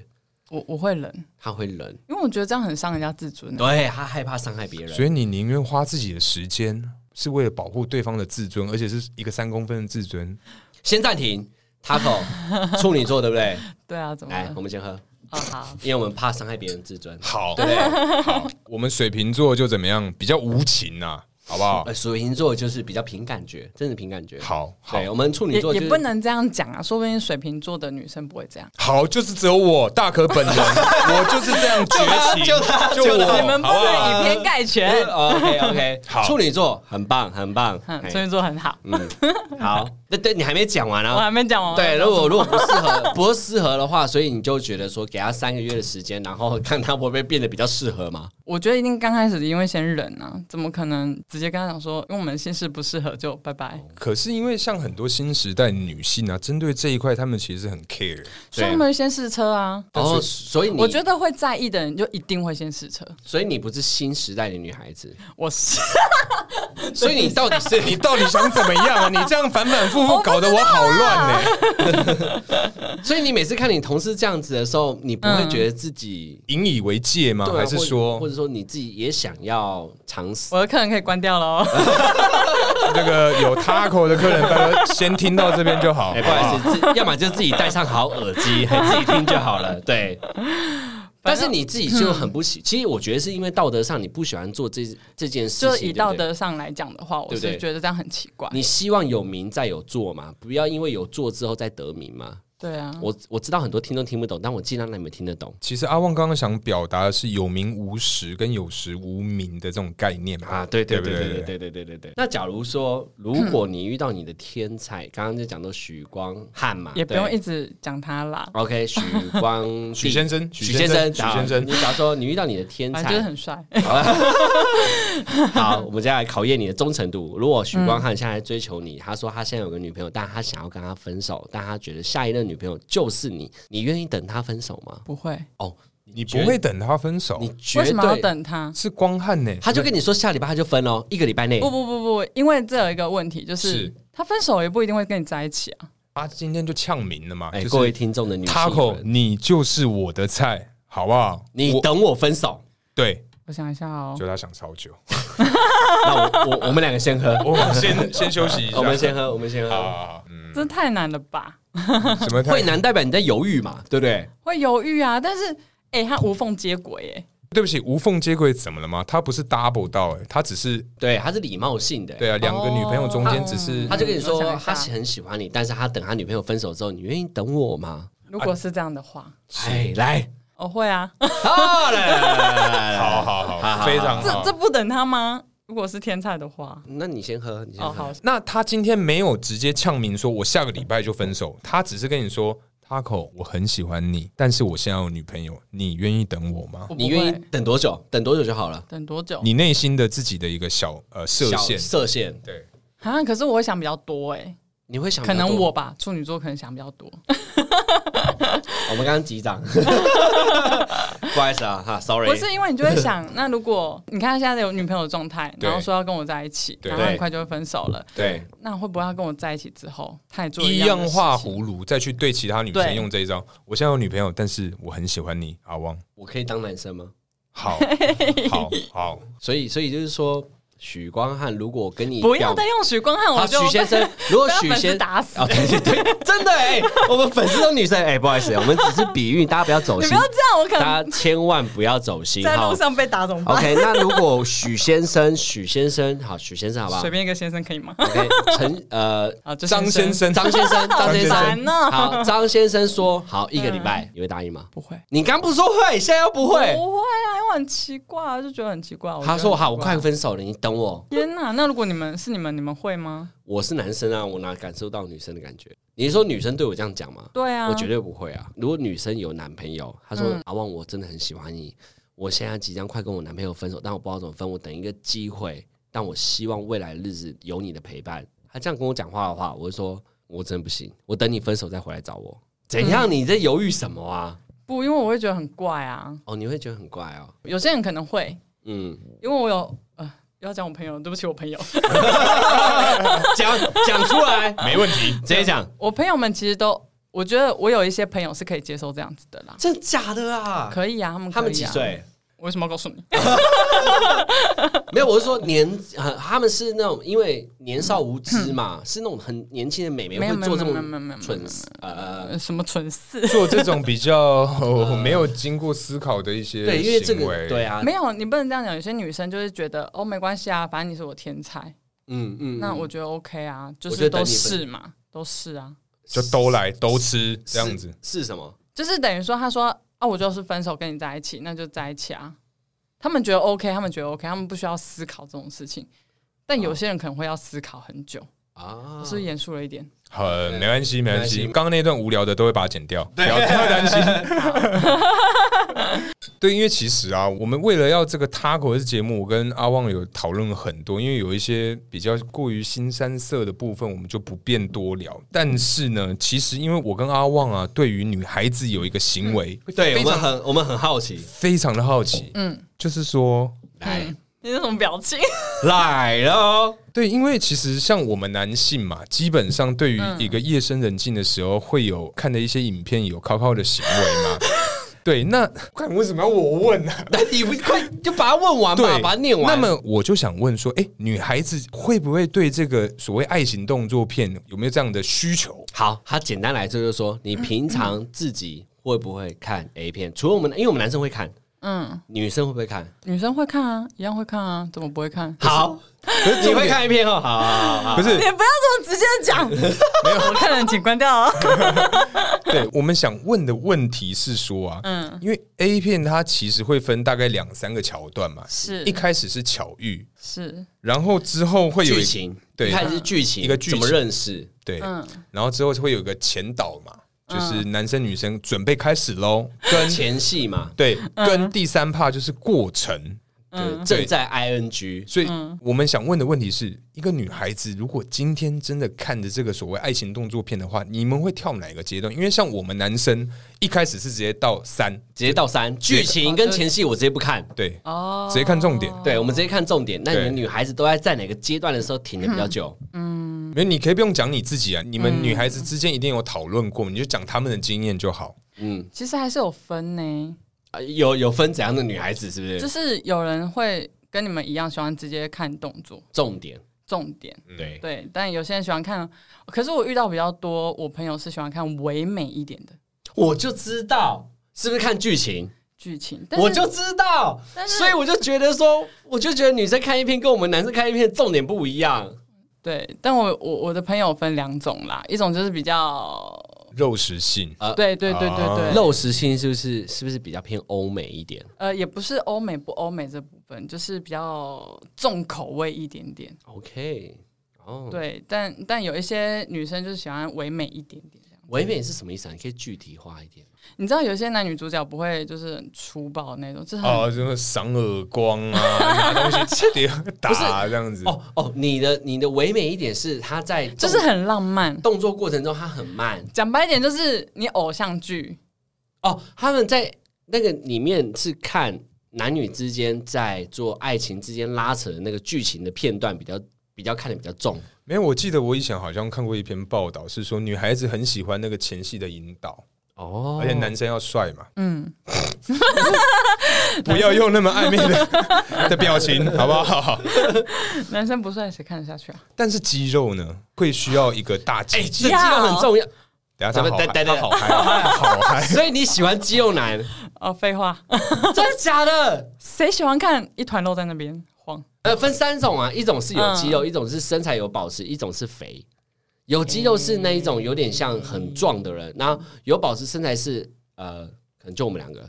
我我会忍，
他会冷，
因为我觉得这样很伤人家自尊、啊。
对他害怕伤害别人。
所以你宁愿花自己的时间，是为了保护对方的自尊，而且是一个三公分的自尊。
先暂停，Taco，处女座对不对？
对啊，怎么
来，
了
我？们先喝，
哦，好，
因为我们怕伤害别人自尊，
好
对，不对？
好，我们水瓶座就怎么样，比较无情呐、
[LAUGHS]
好不好？
呃，水瓶座就是比较凭感觉，真的凭感觉。，
好好
对我们处女
也
座就
也
是
不能这样讲啊，说不定水瓶座的女生不会这样。
好，就是只有我大可
[LAUGHS]
本人，我就是这样绝情，
就他
就
就他
我，
你们不
好不好
能以偏概全。
OK OK，
好
处女座很棒，很棒。
嗯，
嘿嗯
处女座很好，
好，那对你还没讲完
我
啊。
还没讲完。
对，如果如果不适合， [LAUGHS] 不适合的话，所以你就觉得说，给他三个月的时间，然后看他会不会变得比较适合嘛？
我觉得一定刚开始因为先忍啊，怎么可能直接跟他讲说，因为我们姓氏不适合就拜
哦
拜？
可是因为像很多新时代女性啊，针对这一块，她们其实很 care。
所以我们先试车啊。
然后，所以你
我觉，得会在意的人就一定会先试车。
所以你不是新时代的女孩子，
我是
所以你到底是 [LAUGHS]
你到底想怎么样啊？你这样反反复部分搞得我好乱呢、
所以你每次看你同事这样子的时候，你不会觉得自己、
引以为戒吗？
对啊
还是
或
说
或者说你自己也想要尝试？
[LAUGHS] 我的客人可以关掉喽。
这个有 taco 的客人，拜托先听到这边就好
[LAUGHS] 哎、。不好意思，自要么就自己戴上好耳机，还自己听就好 [LAUGHS] 了。对，但是你自己就很不喜。其实我觉得是因为道德上你不喜欢做这这件事情，
就以
对不对
道，德上来讲的话，我
对不对
是觉得这样很奇怪。
你希望有名再有做嘛，不要因为有做之后再得名嘛。
对啊，
我我知道很多听众听不懂，但我尽量让你们听得懂。
其实阿旺刚刚想表达的是有名无实跟有实无名的这种概念嘛？
啊，对对
不
对对对
对。
对对对对对。那假如说，如果你遇到你的天才，刚刚就讲到许光汉嘛，
也不用
对
一直讲他啦， [LAUGHS]
OK，许光
许
地
先生
许
许先
生，
生许
好
先生
你假如说你遇到你的天
反正就是嗯
才，
很帅。
[LAUGHS] 好了，
[LAUGHS]
好，我们接下来考验你的忠诚度。如果许光汉现在追求你，他说他现在有个女朋友，但他想要跟他分手，但他觉得下一任女朋友就是你，你愿意等他分手吗？
不会，
哦，
你不会等他分手
你，绝
[LAUGHS] 为什么要
对，
等他？
是光汉呢、
他就跟你说下礼拜他就分喽，一个礼拜内
不不不不，因为这有一个问题，就是
是
他分手也不一定会跟你在一起啊。
他今天就呛民了嘛？
哎、
就是
各位听众的女性
taco，
们
你就是我的菜，好不好？
你
我
等我分手，
对，
我想一下哦，
就他想超久，
[LAUGHS] 那我我 [LAUGHS] 我们两个先喝，
我们先先休 [LAUGHS] 息一下，
我们先喝，我们先喝。
啊，嗯，
这太难了吧？
什
会
么太？
难代表你在犹豫嘛，对不对？
会犹豫啊，但是哎，他无缝接轨哎，
对不起，无缝接轨怎么了吗？他不是 double 到、欸，他只是
对，他是礼貌性的、
对啊，两个女朋友中间只是
哦他就跟你
嗯我
说
想一
他
下
很喜欢你，但是他等他女朋友分手之后，你愿意等我吗？
如果是这样的话，
哎，来，
我会啊。
好来来来来来来
好好
好好
好，非常
这
好
这。不等他吗？如果是天菜的话，
那你先喝，你先
哦
喝
好。，
那他今天没有直接呛明说，我下个礼拜就分手，他只是跟你说，Taco，我很喜欢你，但是我现在有女朋友，你愿意等我吗？
我不
你愿意
会
等多久？等多久就好了。
等多久？
你内心的自己的一个小呃设
小
限，
射线，
对，
啊，可是我会想比较多哎，
你会想比
可
较多哦
能我吧，处女座可能想比较多。
我们刚刚击
[LAUGHS]
掌，不好意思啊，哈，sorry，
不是因为你就会想，那如果你看他现在有女朋友的状
[LAUGHS]
态，
对
然后说要跟我在一起，
对
然后很快就会分手了，
对，
那会不会他跟我在一起之后，他也做
一
样
样
的事
画
情？
葫芦，再去对其他女生
对
用这一招。我现在有女朋友，但是我很喜欢你，阿旺。
我可以当男生吗？
好，好，好，
所以，所以就是说，许光汉如果跟你
不
表
要再用许光汉，
好，
我就
许先生，如果
被他
许
粉丝
先
打死
哦，对对对，真的哎、我们粉丝都女生哎、不好意思，我们只是比喻，大家不要走
[LAUGHS] 你
心
不，要这样，我可能
大家千万不要走心
在
哈
路。上被打怎么办？
OK，那如果许先生，许先生，好，许先生，好不好
随便一个先生可以 [LAUGHS] 吗？
？OK，陈呃，
啊，就
张先生，
张先生，张先
好
生，
烦哦
好，张先生说好一个礼
嗯
拜，你会答应吗？
不会，
你刚不是说会，现在又不
不会
会，
啊，因为很奇怪啊，就觉得很奇怪。我觉得
他说
很奇怪
好，我快。分手了，你等我。
天哪，那如果你们是你们，你们会吗？
我是男生啊，我哪感受到女生的感觉？你是说女生对我这样讲吗？
对啊，
我绝对不会啊！如果女生有男朋友，她说：“
嗯
阿旺，我真的很喜欢你，我现在即将快跟我男朋友分手，但我不知道怎么分，我等一个机会，但我希望未来的日子有你的陪伴。”她这样跟我讲话的话，我就说：“我真的不行，我等你分手再回来找我。”
嗯
怎样？你在犹豫什么啊？
不，因为我会觉得很怪啊。
哦，你会觉得很怪哦。
有些人可能会， [LAUGHS]
嗯，
因为我有呃，要讲我朋友，对不起，我朋友， [LAUGHS]
讲讲出来，
没问题。
直接讲，
我朋友们其实都，我觉得我有一些朋友是可以接受这样子的啦，
真的假的啊？
可以啊，他们可以啊
他们几？岁？
我为什么要告诉
[LAUGHS]
你？
没有，我是说年，呃他们是那种因为年少无知嘛，是那种很年轻的美眉
嗯没有
会做这
没有没有没有没
种
有
蠢
没有
事呃
呃什么蠢事？
做这种比较、哦没有经过思考的一些
对，因为这
行
个
为
对，啊，
没有，你不能这样讲。有些女生就是觉得哦，没关系啊，反正你是我天才，
嗯嗯，
那
嗯
我觉得 OK 啊，就
我觉得等
是都
你分
是嘛，都是啊，
就都来都吃这样子。
是是什么？
就是等于说他说啊，我就是分手跟你在一起，那就在一起啊。他们觉得 OK，他们觉得 OK，他们不需要思考这种事情。但
哦
有些人可能会要思考很久，
啊
我，是不是严肃了一点？
好，没关系，没关
没
系。
关系
刚刚那段无聊的都会把它剪掉，不要不要担 [LAUGHS] 心。对，因为其实啊，我们为了要这个 Taco 的节目，我跟阿旺有讨论很多，因为有一些比较过于新三色的部分，我们就不便多聊。但是呢，其实因为我跟阿旺啊，对于女孩子有一个行为，
对我
非
们
常
很我们很好奇，
非常的好奇，
嗯，
就是说，
来
你是什么表情？
来喽，
对，因为其实像我们男性嘛，基本上对于
嗯
一个夜深人静的时候，会有看的一些影片有靠靠的行为
[LAUGHS]
嘛。对，那看为什么要我问啊呢、
那 [LAUGHS] 你不快就把它问完吧，
对，
把它念完。
那么我就想问说，哎、女孩子会不会对这个所谓爱情动作片有没有这样的需求？
好，他简单来说就是说，你平常自己会不会看 A 片？除了我们，因为我们男生会看，
嗯，
女生会不会看？
女生会看啊，一样会看啊，怎么不会看？
好，你会看 A 片哦？好好好好，
不是
[LAUGHS] 你，不要这么直接地讲，没有，我看人请关掉啊。
对，我们想问的问题是说啊，嗯，因为 A 片它其实会分大概两三个桥段嘛，
是
一开始是巧遇，
是，
然后之后会有一
剧
个
情，
对
一开始是剧情，
一个剧
怎
情
么认识？
对，
嗯
然后之后会有一个前导嘛，就是男生女生准备开始喽，跟
前戏嘛，
对，跟第三趴就是过程。
对，
嗯
正在 ing，
所以我们想问的问题是，一个女孩子如果今天真的看着这个所谓爱情动作片的话，你们会跳哪个阶段？因为像我们男生一开始是直接到三，
直接到三，剧情跟前戏我直接不看。
对，
哦，
直接看重点。
对，我们直接看重点。那你
对
的女孩子都在在哪个阶段的时候停的比较
[LAUGHS]
久？
没有，你可以不用讲你自己啊，你们女孩子之间一定有讨论过，你就讲她们的经验就好。
嗯，
其实还是有分呢，
啊有有分怎样的女孩子，是不？
就是是有人会跟你们一样喜欢直接看动作
重点，
重点，
嗯
对，
对，但有些人喜欢看，可是我遇到比较多，我朋友是喜欢看唯美一点的
我就知道。是不是看剧情？
剧情，但是
我就知道，
但是
所以我就觉得说，我就觉得女生看一片跟我们男生看一片重点不一样。
对，但我我我的朋友分两种啦，一种就是比较，
肉食性，
对对对对对，
肉食性是不是是不是比较偏欧美一点？
呃，也不是欧美不欧美这部分，就是比较重口味一点点。
OK，哦，，
对，但但有一些女生就是喜欢唯美一点点这样。
唯美是什么意思啊？你可以具体化一点吗。
你知道有些男女主角不会就是很粗暴那种，就是很、
哦，就是赏耳光啊，拿东西 [LAUGHS] 丢打这样子。
哦哦，你的你的唯美一点是他在动
就是很浪漫。
动作过程中他很慢
讲白一点，就是你偶像剧，
哦，他们在那个里面是看男女之间在做爱情之间拉扯的那个剧情的片段比较比较看的比较重。
没有，我记得我以前好像看过一篇报道，是说女孩子很喜欢那个前戏的引导，
哦
而且男生要帅嘛，
嗯，
不要用那么暧昧的的 [LAUGHS]
[LAUGHS]
表情，好不好？
男生不帅谁看得下去啊？
但是肌肉呢，会需要一个大
哎、
肌
这肌
肌。
肉很重 [LAUGHS] 要，
等一下
咱
他
们
好
等
嗨，
等等
他好嗨，他好嗨。
所以你喜欢肌肉 [LAUGHS] 男，
哦，废话，
真的假的？
谁喜欢看一团肉在那边晃？
呃，分三种啊，一种是
嗯
有肌肉，一种是身材有保持，一种是肥。有肌肉是那一种有点像很壮的人，然后有保持身材是呃，可能就我们两个，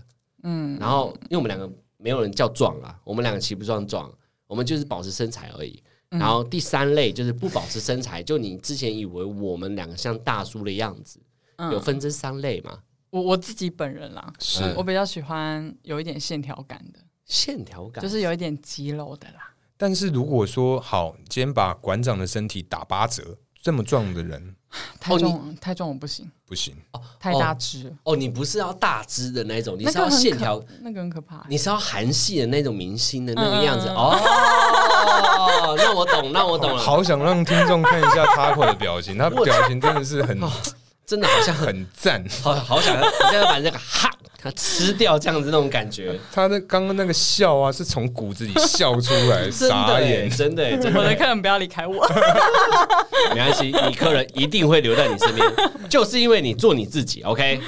嗯，
然后因为我们两个没有人叫壮啊，我们两个其实不算壮，我们就是保持身材而已。
嗯
然后第三类就是不保持身材，就你之前以为我们两个像大叔的样子，
嗯
有分这三类嘛？
我我自己本人啦，
是
我比较喜欢有一点线条感的，
线条感
就是有一点肌肉的啦。
但是如果说好，今天把馆长的身体打八折，这么壮的人
太
哦
重、太重我不行，
不行。
太
哦
大只了，
哦，你不是要大只的那种，你
那
是
个
要
很
线
可
条，
那个很可怕欸、
你是要韩系的那种明星的那个样子、
嗯
哦。 [LAUGHS] 那我懂，那我懂了，
好想让听众看一下 Taco 的表情，他表情真的是很
真的好像哦 [LAUGHS] 很
很赞。
好好想要，现在把这个哈它吃掉这样子那种感觉，
他的刚刚那个笑啊，是从骨子里笑出
[LAUGHS]
来，
真的
傻
欸
眼。
真的欸真的
我的
[LAUGHS]
客人不要离开我。
没关系，你客人一定会留在你身边，就是因为你做你自己。OK，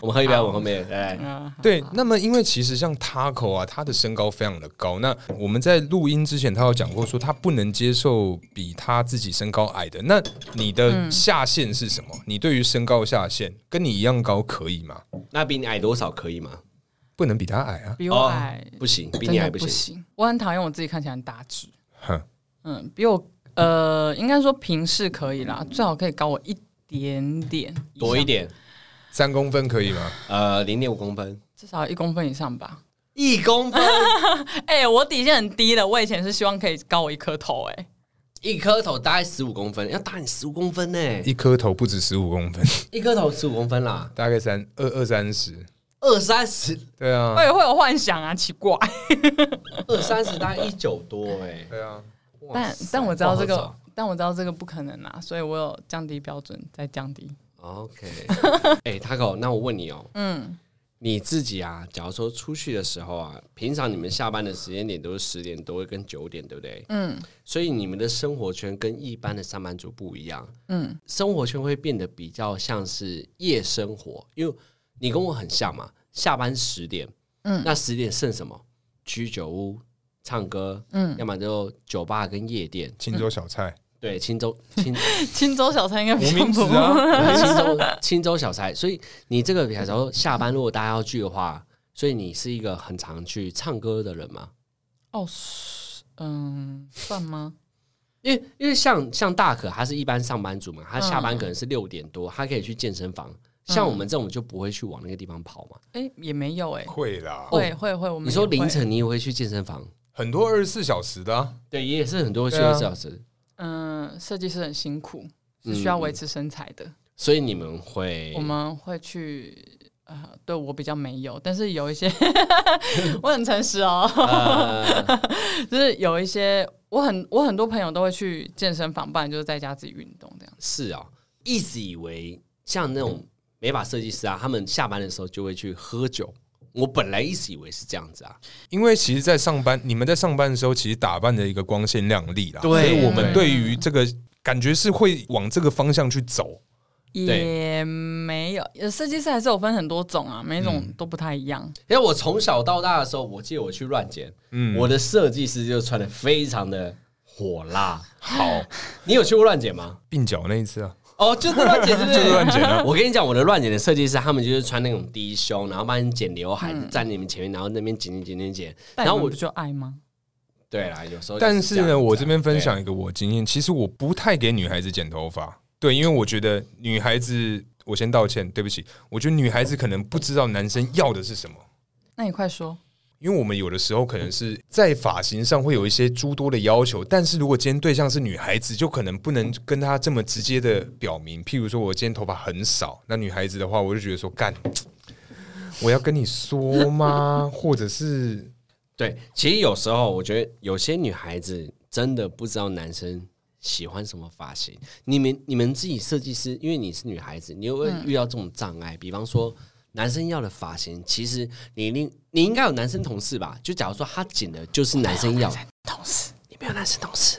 我们喝一杯，我们后面来。
[LAUGHS] 嗯，好
对，那么因为其实像 Taco 啊，他的身高非常的高。那我们在录音之前，他有讲过说他不能接受比他自己身高矮的。那你的下限是什么？
嗯
你对于身高下限跟你一样高可以吗？
那比你矮多少可以吗？哦
不能比他矮
[LAUGHS]
啊！
比我矮，
不行，比
真
你
的
矮不
不
行。
行。我很讨厌我自己看起来很大只，
哼，
嗯，比我呃，应该说平视可以啦，最好可以高我一点点，
多一，点，
三公分可以吗？
呃，零点五公分，
至少一公分以上吧。
一公分， [LAUGHS]
哎、我底线很低的，我以前是希望可以高我一颗头、哎，
一颗头大概十五公分，要大你十五公分呢、
一颗头不止十五公分， [LAUGHS]
一颗头十五公分啦，
大概三二二三十。
二三十，
对啊
嗯
我，也会有幻想啊，奇怪。
二三十大概一九多哎、
对啊，
但但我知道这
不好
个，但我知道这个不可能啊，所以我有降低标准，再降低。 [LAUGHS]
OK，哎、t a c o 那我问你哦，嗯，你自己啊，假如说出去的时候啊，平常你们下班的时间点都是十点多跟九点，对不对？嗯，所以你们的生活圈跟一般的上班族不一样，嗯，生活圈会变得比较像是夜生活，因为你跟我很像嘛，下班十点，嗯，那十点剩什么？居酒屋、唱歌，嗯，要么就酒吧跟夜店，
青州
[LAUGHS]
小菜，
对，青州青。
青州小菜应该比
无
较
名指
不
啊，
青州
[LAUGHS]
青州小菜，所以你这个，比如说下班如果大家要聚的话，所以你是一个很常去唱歌的人嘛？
哦，是嗯，算吗？
因为因为像像大可，他是一般上班族嘛，他下
嗯
班可能是六点多，他可以去健身房。像我们这种就不会去往那个地方跑嘛。
哎、也没有哎、
会啦，
会会会，我
哦
们
你说
嗯也会
凌，晨你也会去健身房？
很多二十四小时的啊，
对，也是很多休
对啊
息小时，
嗯，设计师很辛苦，是
嗯
需要维持身材的。
所以你们会
我们会去，呃，对我比较没有，但是有
[LAUGHS]
一些我很诚实哦，
呃，
就是有一些我很我很多朋友都会去健身房，不然就是在家自己运动这样。
是啊、一直以为像那种美发设计师啊，他们下班的时候就会去喝酒。我本来一直以为是这样子啊，
因为其实，在上班，你们在上班的时候，其实打扮的一个光鲜亮丽啦，
对
所以我们
对
对于这个感觉是会往这个方向去走。
对
也没有，呃设计师还是有分很多种啊，每
嗯
种都不太一样。
因为我从小到大的时候，我记得我去乱剪，
嗯
我的设计师就穿的非常的火辣。
[LAUGHS] 好，
你有去过乱剪
[LAUGHS]
吗？
鬓角那一次啊，
哦，就是乱剪，就是
就是乱剪
[LAUGHS]
啊。
我跟你讲，我的乱剪的设计师，他们就是穿那种低胸，然后帮你剪刘海，就站你们前面，然后那边剪剪剪剪剪。
但
然后
你们
我
不就爱吗？
对啦，有时候就
但是
这样
呢，
子啊
我这边分享一个我经验，其实我不太给女孩子剪头发，对，因为我觉得女孩子，我先道歉，对不起，我觉得女孩子可能不知道男生要的是什么。
那你快说，
因为我们有的时候可能是在发型上会有一些诸多的要求，但是如果今天对象是女孩子，就可能不能跟她这么直接的表明。譬如说我今天头发很少，那女孩子的话，我就觉得说干，我要跟你说吗？或者是
对，其实有时候我觉得有些女孩子真的不知道男生喜欢什么发型。你们你们自己设计师，因为你是女孩子，你会遇到这种障碍，比方说。男生要的发型，其实你另你应该有男生同事吧？就假如说他剪的就是男生要的，
同事，
你没有男生同事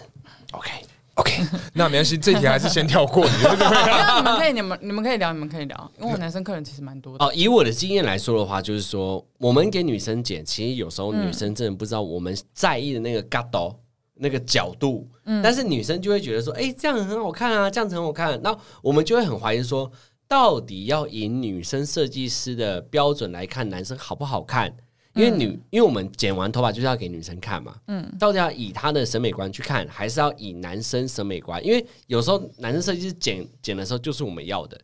，OK？
OK，那 [LAUGHS] 没关系，这题还是先跳过，你对不对？
那你们可以，你们你们可以聊，你们可以聊，因为我男生客人其实蛮多的。
哦，以我的经验来说的话，就是说我们给女生剪，其实有时候女生真的不知道我们在意的那个 g a d o 那个角度，
嗯
但是女生就会觉得说，哎、这样很好看啊，这样子很好看，那我们就会很怀疑说，到底要以女生设计师的标准来看男生好不好看？因
嗯
为女，因为我们剪完头发就是要给女生看嘛，嗯，到底要以她的审美观去看，还是要以男生审美观？因为有时候男生设计师剪剪的时候就是我们要的，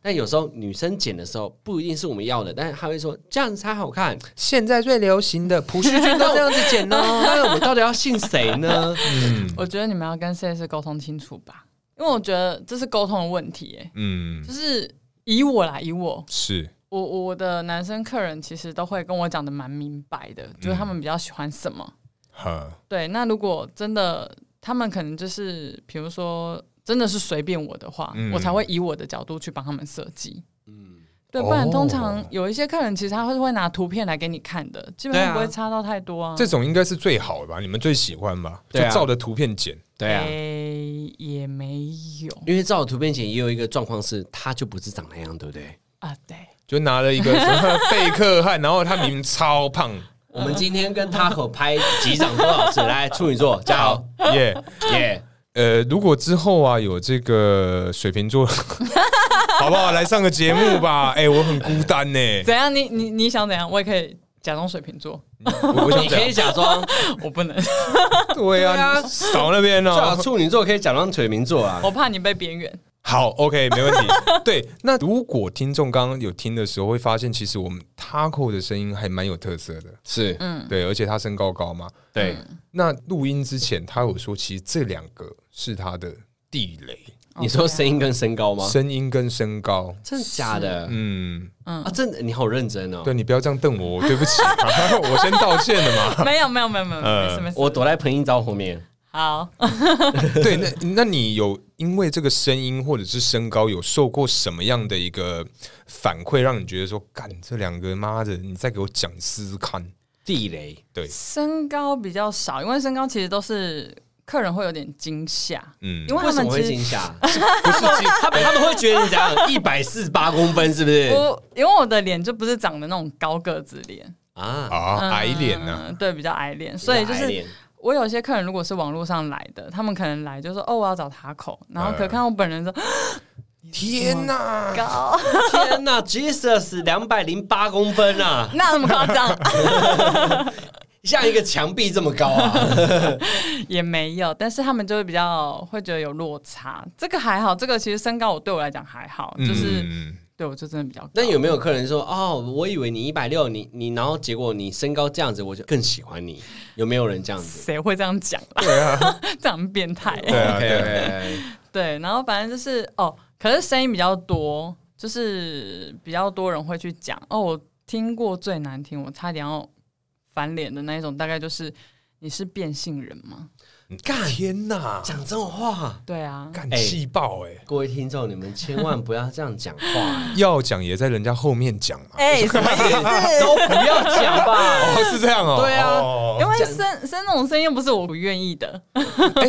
但有时候女生剪的时候不一定是我们要的，但是她会说这样子才好 [LAUGHS] 看。
现在最流行的朴叙俊
那这样子 [LAUGHS] 剪呢？哦那我们到底要信谁呢？
嗯
我觉得你们要跟 CS 沟通清楚吧，因为我觉得这是沟通的问题、欸。
嗯，
就是以我来，以我，
是
我我的男生客人其实都会跟我讲的蛮明白
嗯
的，就是他们比较喜欢什么。
哈，
对，那如果真的他们可能就是，比如说真的是随便我的话，
嗯
我才会以我的角度去帮他们设计。
嗯，
对，不然
哦
通常有一些客人其实他会会拿图片来给你看的，基本
对啊
上不会差到太多啊。
这种应该是最好的吧？你们最喜欢吧？就
对啊
照着图片剪，
对啊，
诶也没有
因为照图片前也有一个状况是，她就不是长那样，对不对？
啊，对。
就拿了一个什么 [LAUGHS] 贝克汉，然后他明明超胖，
我们今天跟 Taco 拍几掌多少次？来，处女座加油
耶、
耶！
呃，如果之后啊有这个水瓶座， [LAUGHS] 好不好？来上个节目
[LAUGHS]
吧。哎、我很孤单呢、
怎样？你你你想怎样？我也可以假装水瓶座， [LAUGHS]
我我想
你可以
讲，
假装，
我不能， [LAUGHS]
对啊，
对啊啊
少那边
最好
哦。
处女座可以假装水瓶座啊。
我怕你被
[LAUGHS]
边缘。
好，OK，没问题。对，那如果听众刚刚有听的时候，会发现其实我们 Taco 的声音还蛮有特色的，
是，
对，而且他身高高嘛。
对，
那录音之前，他有说，其实这两个是他的地雷，
你说声音跟身高吗？
声音跟身高。
真的假的？
嗯，
啊，真的，你好认真哦。
对你不要这样瞪我， [LAUGHS] 我对不起，我先道歉了嘛。
呃
没有没有没有没有，没事没事。
我躲在彭英昭后面。
好， [LAUGHS]
对，那那你有因为这个声音或者是身高有受过什么样的一个反馈，让你觉得说，干这两个妈的，你再给我讲试试看？
地雷，
对，
身高比较少，因为身高其实都是客人会有点惊吓，
嗯
因，为
为
他
什
们
么会
其
惊
实
吓？
不是
[LAUGHS]
基
他们他们会觉得你怎样？一百四十八公分是不是？
我因为我的脸就不是长得那种高个子脸，
啊，
啊，
嗯
矮脸呢、
对，比较矮脸，所以就
矮
是
脸
我有些客人如果是网络上来的，他们可能来就说哦我要找塔口，然
呃
后可
嗯
看我本人说
天哪、
嗯高，
天哪，Jesus，两百零八公分啊，
那那么夸张
[LAUGHS] 像一个墙壁这么高
[LAUGHS]
啊！
也没有，但是他们就会比较会觉得有落差，这个还好，这个其实身高我对我来讲还好，就是、
嗯
对我就真的比较高。
那有没有客人说哦，我以为你一百六，你你然后结果你身高这样子，我就更喜欢你？有没有人这样子？
谁会这样讲啦？
对啊，
[LAUGHS] 这样很变态、[LAUGHS]
对啊，对啊，
OK，
对，然后反正就是哦，可是声音比较多，就是比较多人会去讲哦。我听过最难听，我差点要翻脸的那一种，大概就是你是变性人吗？
干
天哪，
讲这种话，
对啊，
干
哎
气爆哎、
各位听众，你们千万不要这样讲
[LAUGHS]
话，
要讲也在人家后面讲嘛，
哎、什么意思？
都不要讲吧。
哦，是这样哦，
对啊
哦
因为
讲
生生那种声音又不是我不愿意的，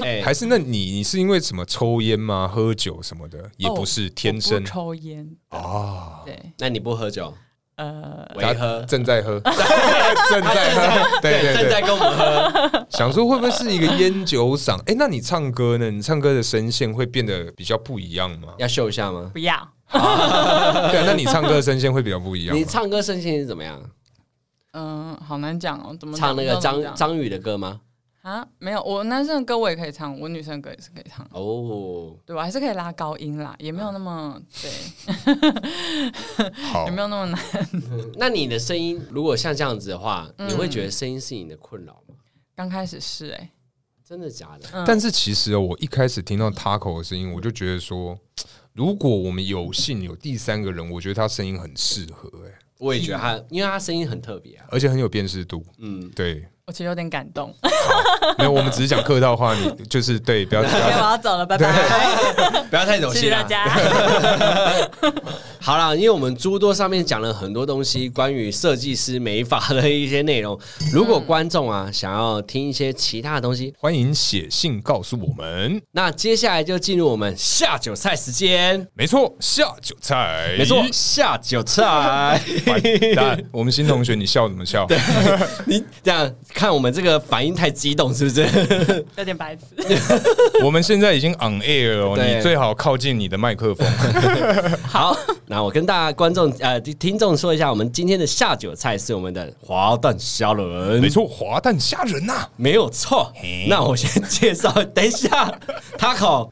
哎
还是那你你是因为什么抽烟吗？喝酒什么的也不是天
我
生
哦不抽烟，
啊。
对，
那你不喝酒，
呃，
为何？
正
[LAUGHS]
在喝，正在喝，对对
正
对，
在跟我们喝，
想说会不会是一个烟酒嗓？哎，那你唱歌呢？你唱歌的声线会变得比较不一样
[LAUGHS]
吗？
要秀一下吗？
不要，
对啊，那你唱歌的声线会比较不一样
你
吗？
唱歌声线是怎么样？
嗯、好难讲哦，怎么
唱那个
讲怎
张
么讲
张宇的歌吗？
啊？没有，我男生的歌我也可以唱，我女生的歌也是可以唱。
哦，
对我还是可以拉高音啦，也没有那
嗯
么对，
好
也，没有那么难。
那你的声音如果像这样子的话，
嗯
你会觉得声音是你的困扰吗？
刚开始是哎、
真的假的？
嗯
但是其实哦我一开始听到 Taco 的声音，我就觉得说，如果我们有幸有第三个人，我觉得他声音很适合，哎，
我也觉得他，因为他声音很特别啊。
而且很有辨识度。
嗯，
对，
我其实有点感动。
没有，我们只是讲客套话，你就是对，不要不
因为我
要
要走了，拜 [LAUGHS] 拜，
[LAUGHS] [LAUGHS] 不要太走
谢谢
心啊
大
啦。
家。
好啦，因为我们诸多上面讲了很多东西，关于设计师美发的一些内容。
嗯
如果观众啊想要听一些其他的东西，
欢迎写信告诉我们。
那接下来就进入我们下酒菜时间。
没错，下酒菜，
没错，下酒 [LAUGHS] 菜。
完蛋。我们新同学，你笑什么笑？
你这样看我们这个反应太激动，是不是？
有点
[LAUGHS]
白痴。
我们现在已经 on air 了哦，
对
你最好靠近你的麦克风。
好，那我跟大家观众呃听听众说一下，我们今天的下酒菜是我们的滑蛋虾仁，
没，错，滑蛋虾仁呐、
没有错。那我先介绍，等一下，Taco，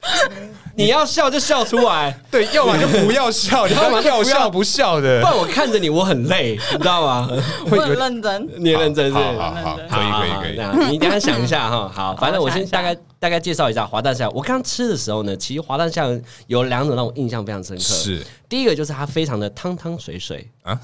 你
[LAUGHS]
要笑就笑出来，
对，要么就不要 [LAUGHS] 笑，你
要么就不要
要笑不笑
不
的，
然我看着你我很累，你知道
[LAUGHS]
吗？
我很认真，
你也认真是不是？
好好好，可以
好好好
可以可以。 [LAUGHS]
那你等一下想一下哈。好，反正我
我想
先
一下
大概大概介绍一下滑蛋虾。我刚吃的时候呢，其实滑蛋虾有两种让我印象非常深刻，
是
第一个就是它非常的汤汤水水啊
啊，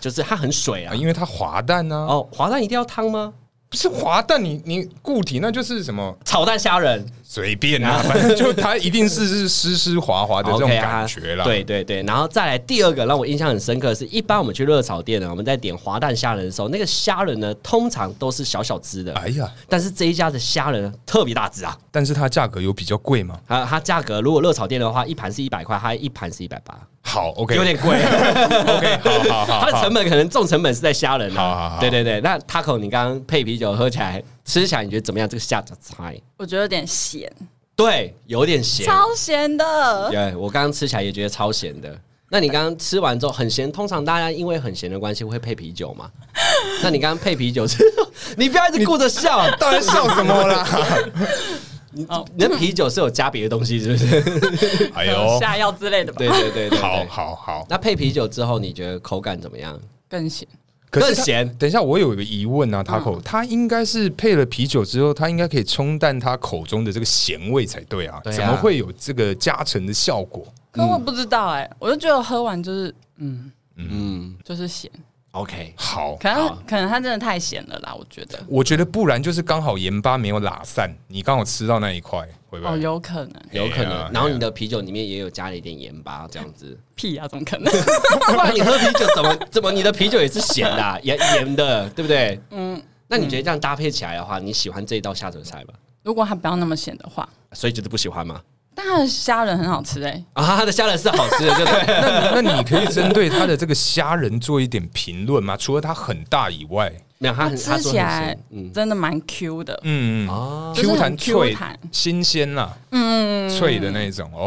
就是它很水
啊，
啊。
因为它滑蛋呢、
哦，滑蛋一定要汤吗？
不是滑蛋，你你固体那就是什么
炒蛋虾仁，
随便啊，反正就它一定是是湿湿滑滑的这种
OK 啊
感觉
[LAUGHS]
啦。
对对对，然后再来第二个让我印象很深刻的是，一般我们去热炒店呢，啊我们在点滑蛋虾仁的时候，那个虾仁呢通常都是小小只的，
哎呀，
但是这一家的虾仁呢特别大只啊，
但是它价格有比较贵吗？
它它价格如果热炒店的话，一盘是一百块，它一盘是一百八，
好，OK，
有点贵，
OK，好好 [LAUGHS] 好，
它的成
本
本可能重成本是在虾仁
好好
啊。
好
对对对，那 Taco 你刚刚配啤酒喝起来吃起来，你觉得怎么样？这个下酒菜？
我觉得有点咸，
对，有点咸，
超咸的。
对，我刚刚吃起来也觉得超咸的。那你刚刚吃完之后很咸，通常大家因为很咸的关系会配啤酒 [LAUGHS] 嘛？那你刚刚配啤酒吃， [LAUGHS] 你不要一直顾着笑，啊
当然笑什么
[LAUGHS]
啦？
哦，
你的啤酒是有加别的东西是 [LAUGHS] 不是？
哎
可
呦
能，下药之类的吧
对，对对对，
好
对。
好好，
那配啤酒之后，你觉得口感怎么样？
更咸。
嗯
可
更
是它。
咸
等一下，我有一个疑问
嗯
啊，Taco，、它应该是配了啤酒之后，它应该可以冲淡它口中的这个咸味才对啊，
对啊
怎么会有这个加成的效果？
欸可我不知道哎，我就觉得喝完就是嗯，
嗯，
就是咸。
OK，
好，
可能
好啊
可能他真的太咸了啦，我觉得。
我觉得不然就是刚好盐巴没有拉散，你刚好吃到那一块，会不
哦，
会？
有可能
有可
哎呀
能。然后你的啤酒里面也有加了一点盐巴，这样 [LAUGHS] 子。
屁啊呀、怎么可能？
不然你喝啤酒怎么 [LAUGHS] 怎么你的啤酒也是咸的啊、盐盐的，对不对？嗯。那你觉得这样搭配起来的话，你喜欢这一道下酒菜吗？
如果他不要那么咸的话，
嗯所以就是不喜欢吗？
但他的虾仁很好吃哎、
啊，它的虾仁是好吃的，对不对？
[LAUGHS]
那 [LAUGHS] 那你可以针对他的这个虾仁做一点评论吗？除了它很大以外，
没有，它很它
吃
说
起
很
来
咸，嗯
真的蛮 Q 的，
嗯
啊，
就是
Q 弹
很 Q
脆
弹，
新鲜啦，
嗯，
脆的那种哦。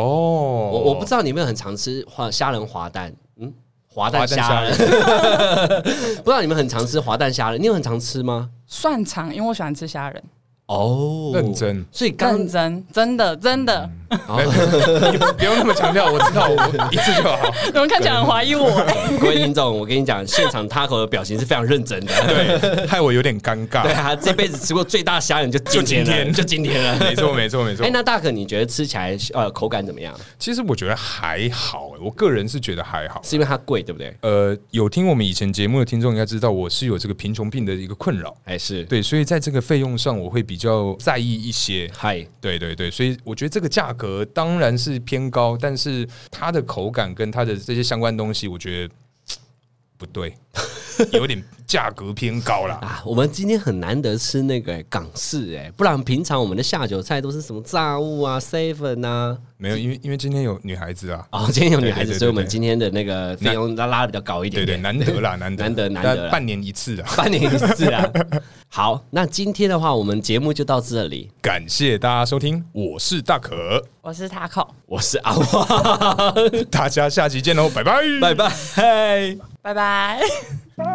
我我不知道你有没有很常吃华虾仁滑蛋，嗯，滑
滑
蛋
蛋
虾
虾
仁， [LAUGHS] 不知道你们很常吃滑蛋虾仁，你有很常吃吗？
蒜肠，因为我喜欢吃虾仁，
哦，
认真，
所以刚
认真，真的真的，
你 [LAUGHS] 不用那么强调，我知道，我一次就好。
你们看起来很怀疑我、哎
各位听众，我跟你讲，现场 Taco 的表情是非常认真
[LAUGHS]
的。
对，害我有点尴
对
尬。
啊，这辈子吃过最大虾仁就今天了，就
就
今天了。
没错，没错，没错
哎，。那大可你觉得吃起来呃口感怎么样？
其实我觉得还好，哎我个人是觉得还好。
是因为它贵，对不对？
呃，有听我们以前节目的听众应该知道，我是有这个贫穷病的一个困扰，
还是
对，所以在这个费用上我会比较在意一些。
嗨
对对对，所以我觉得这个价格当然是偏高，但是它的口感跟它的这些相关东西，我觉得嘖不对，有点价格偏高啦。
啊？我们今天很难得吃那个哎港式哎，不然平常我们的下酒菜都是什么炸物啊、seven 啊。
没有，因为因为今天有女孩子啊，
哦，今天有女孩
对对对
子，
对
所以我们今天的那个费用拉拉的比较高一点
对
点。
对，难得啦，难得
难得难得
但
啦
半年一次啊。
半年一次
[LAUGHS]
啊。好，那今天的话，我们节目就到这里。
感谢大家收听，我是大可，
我是 Taco，
我是阿
[LAUGHS]
旺，
大家下期见喽，拜拜，
拜拜。
拜拜。
「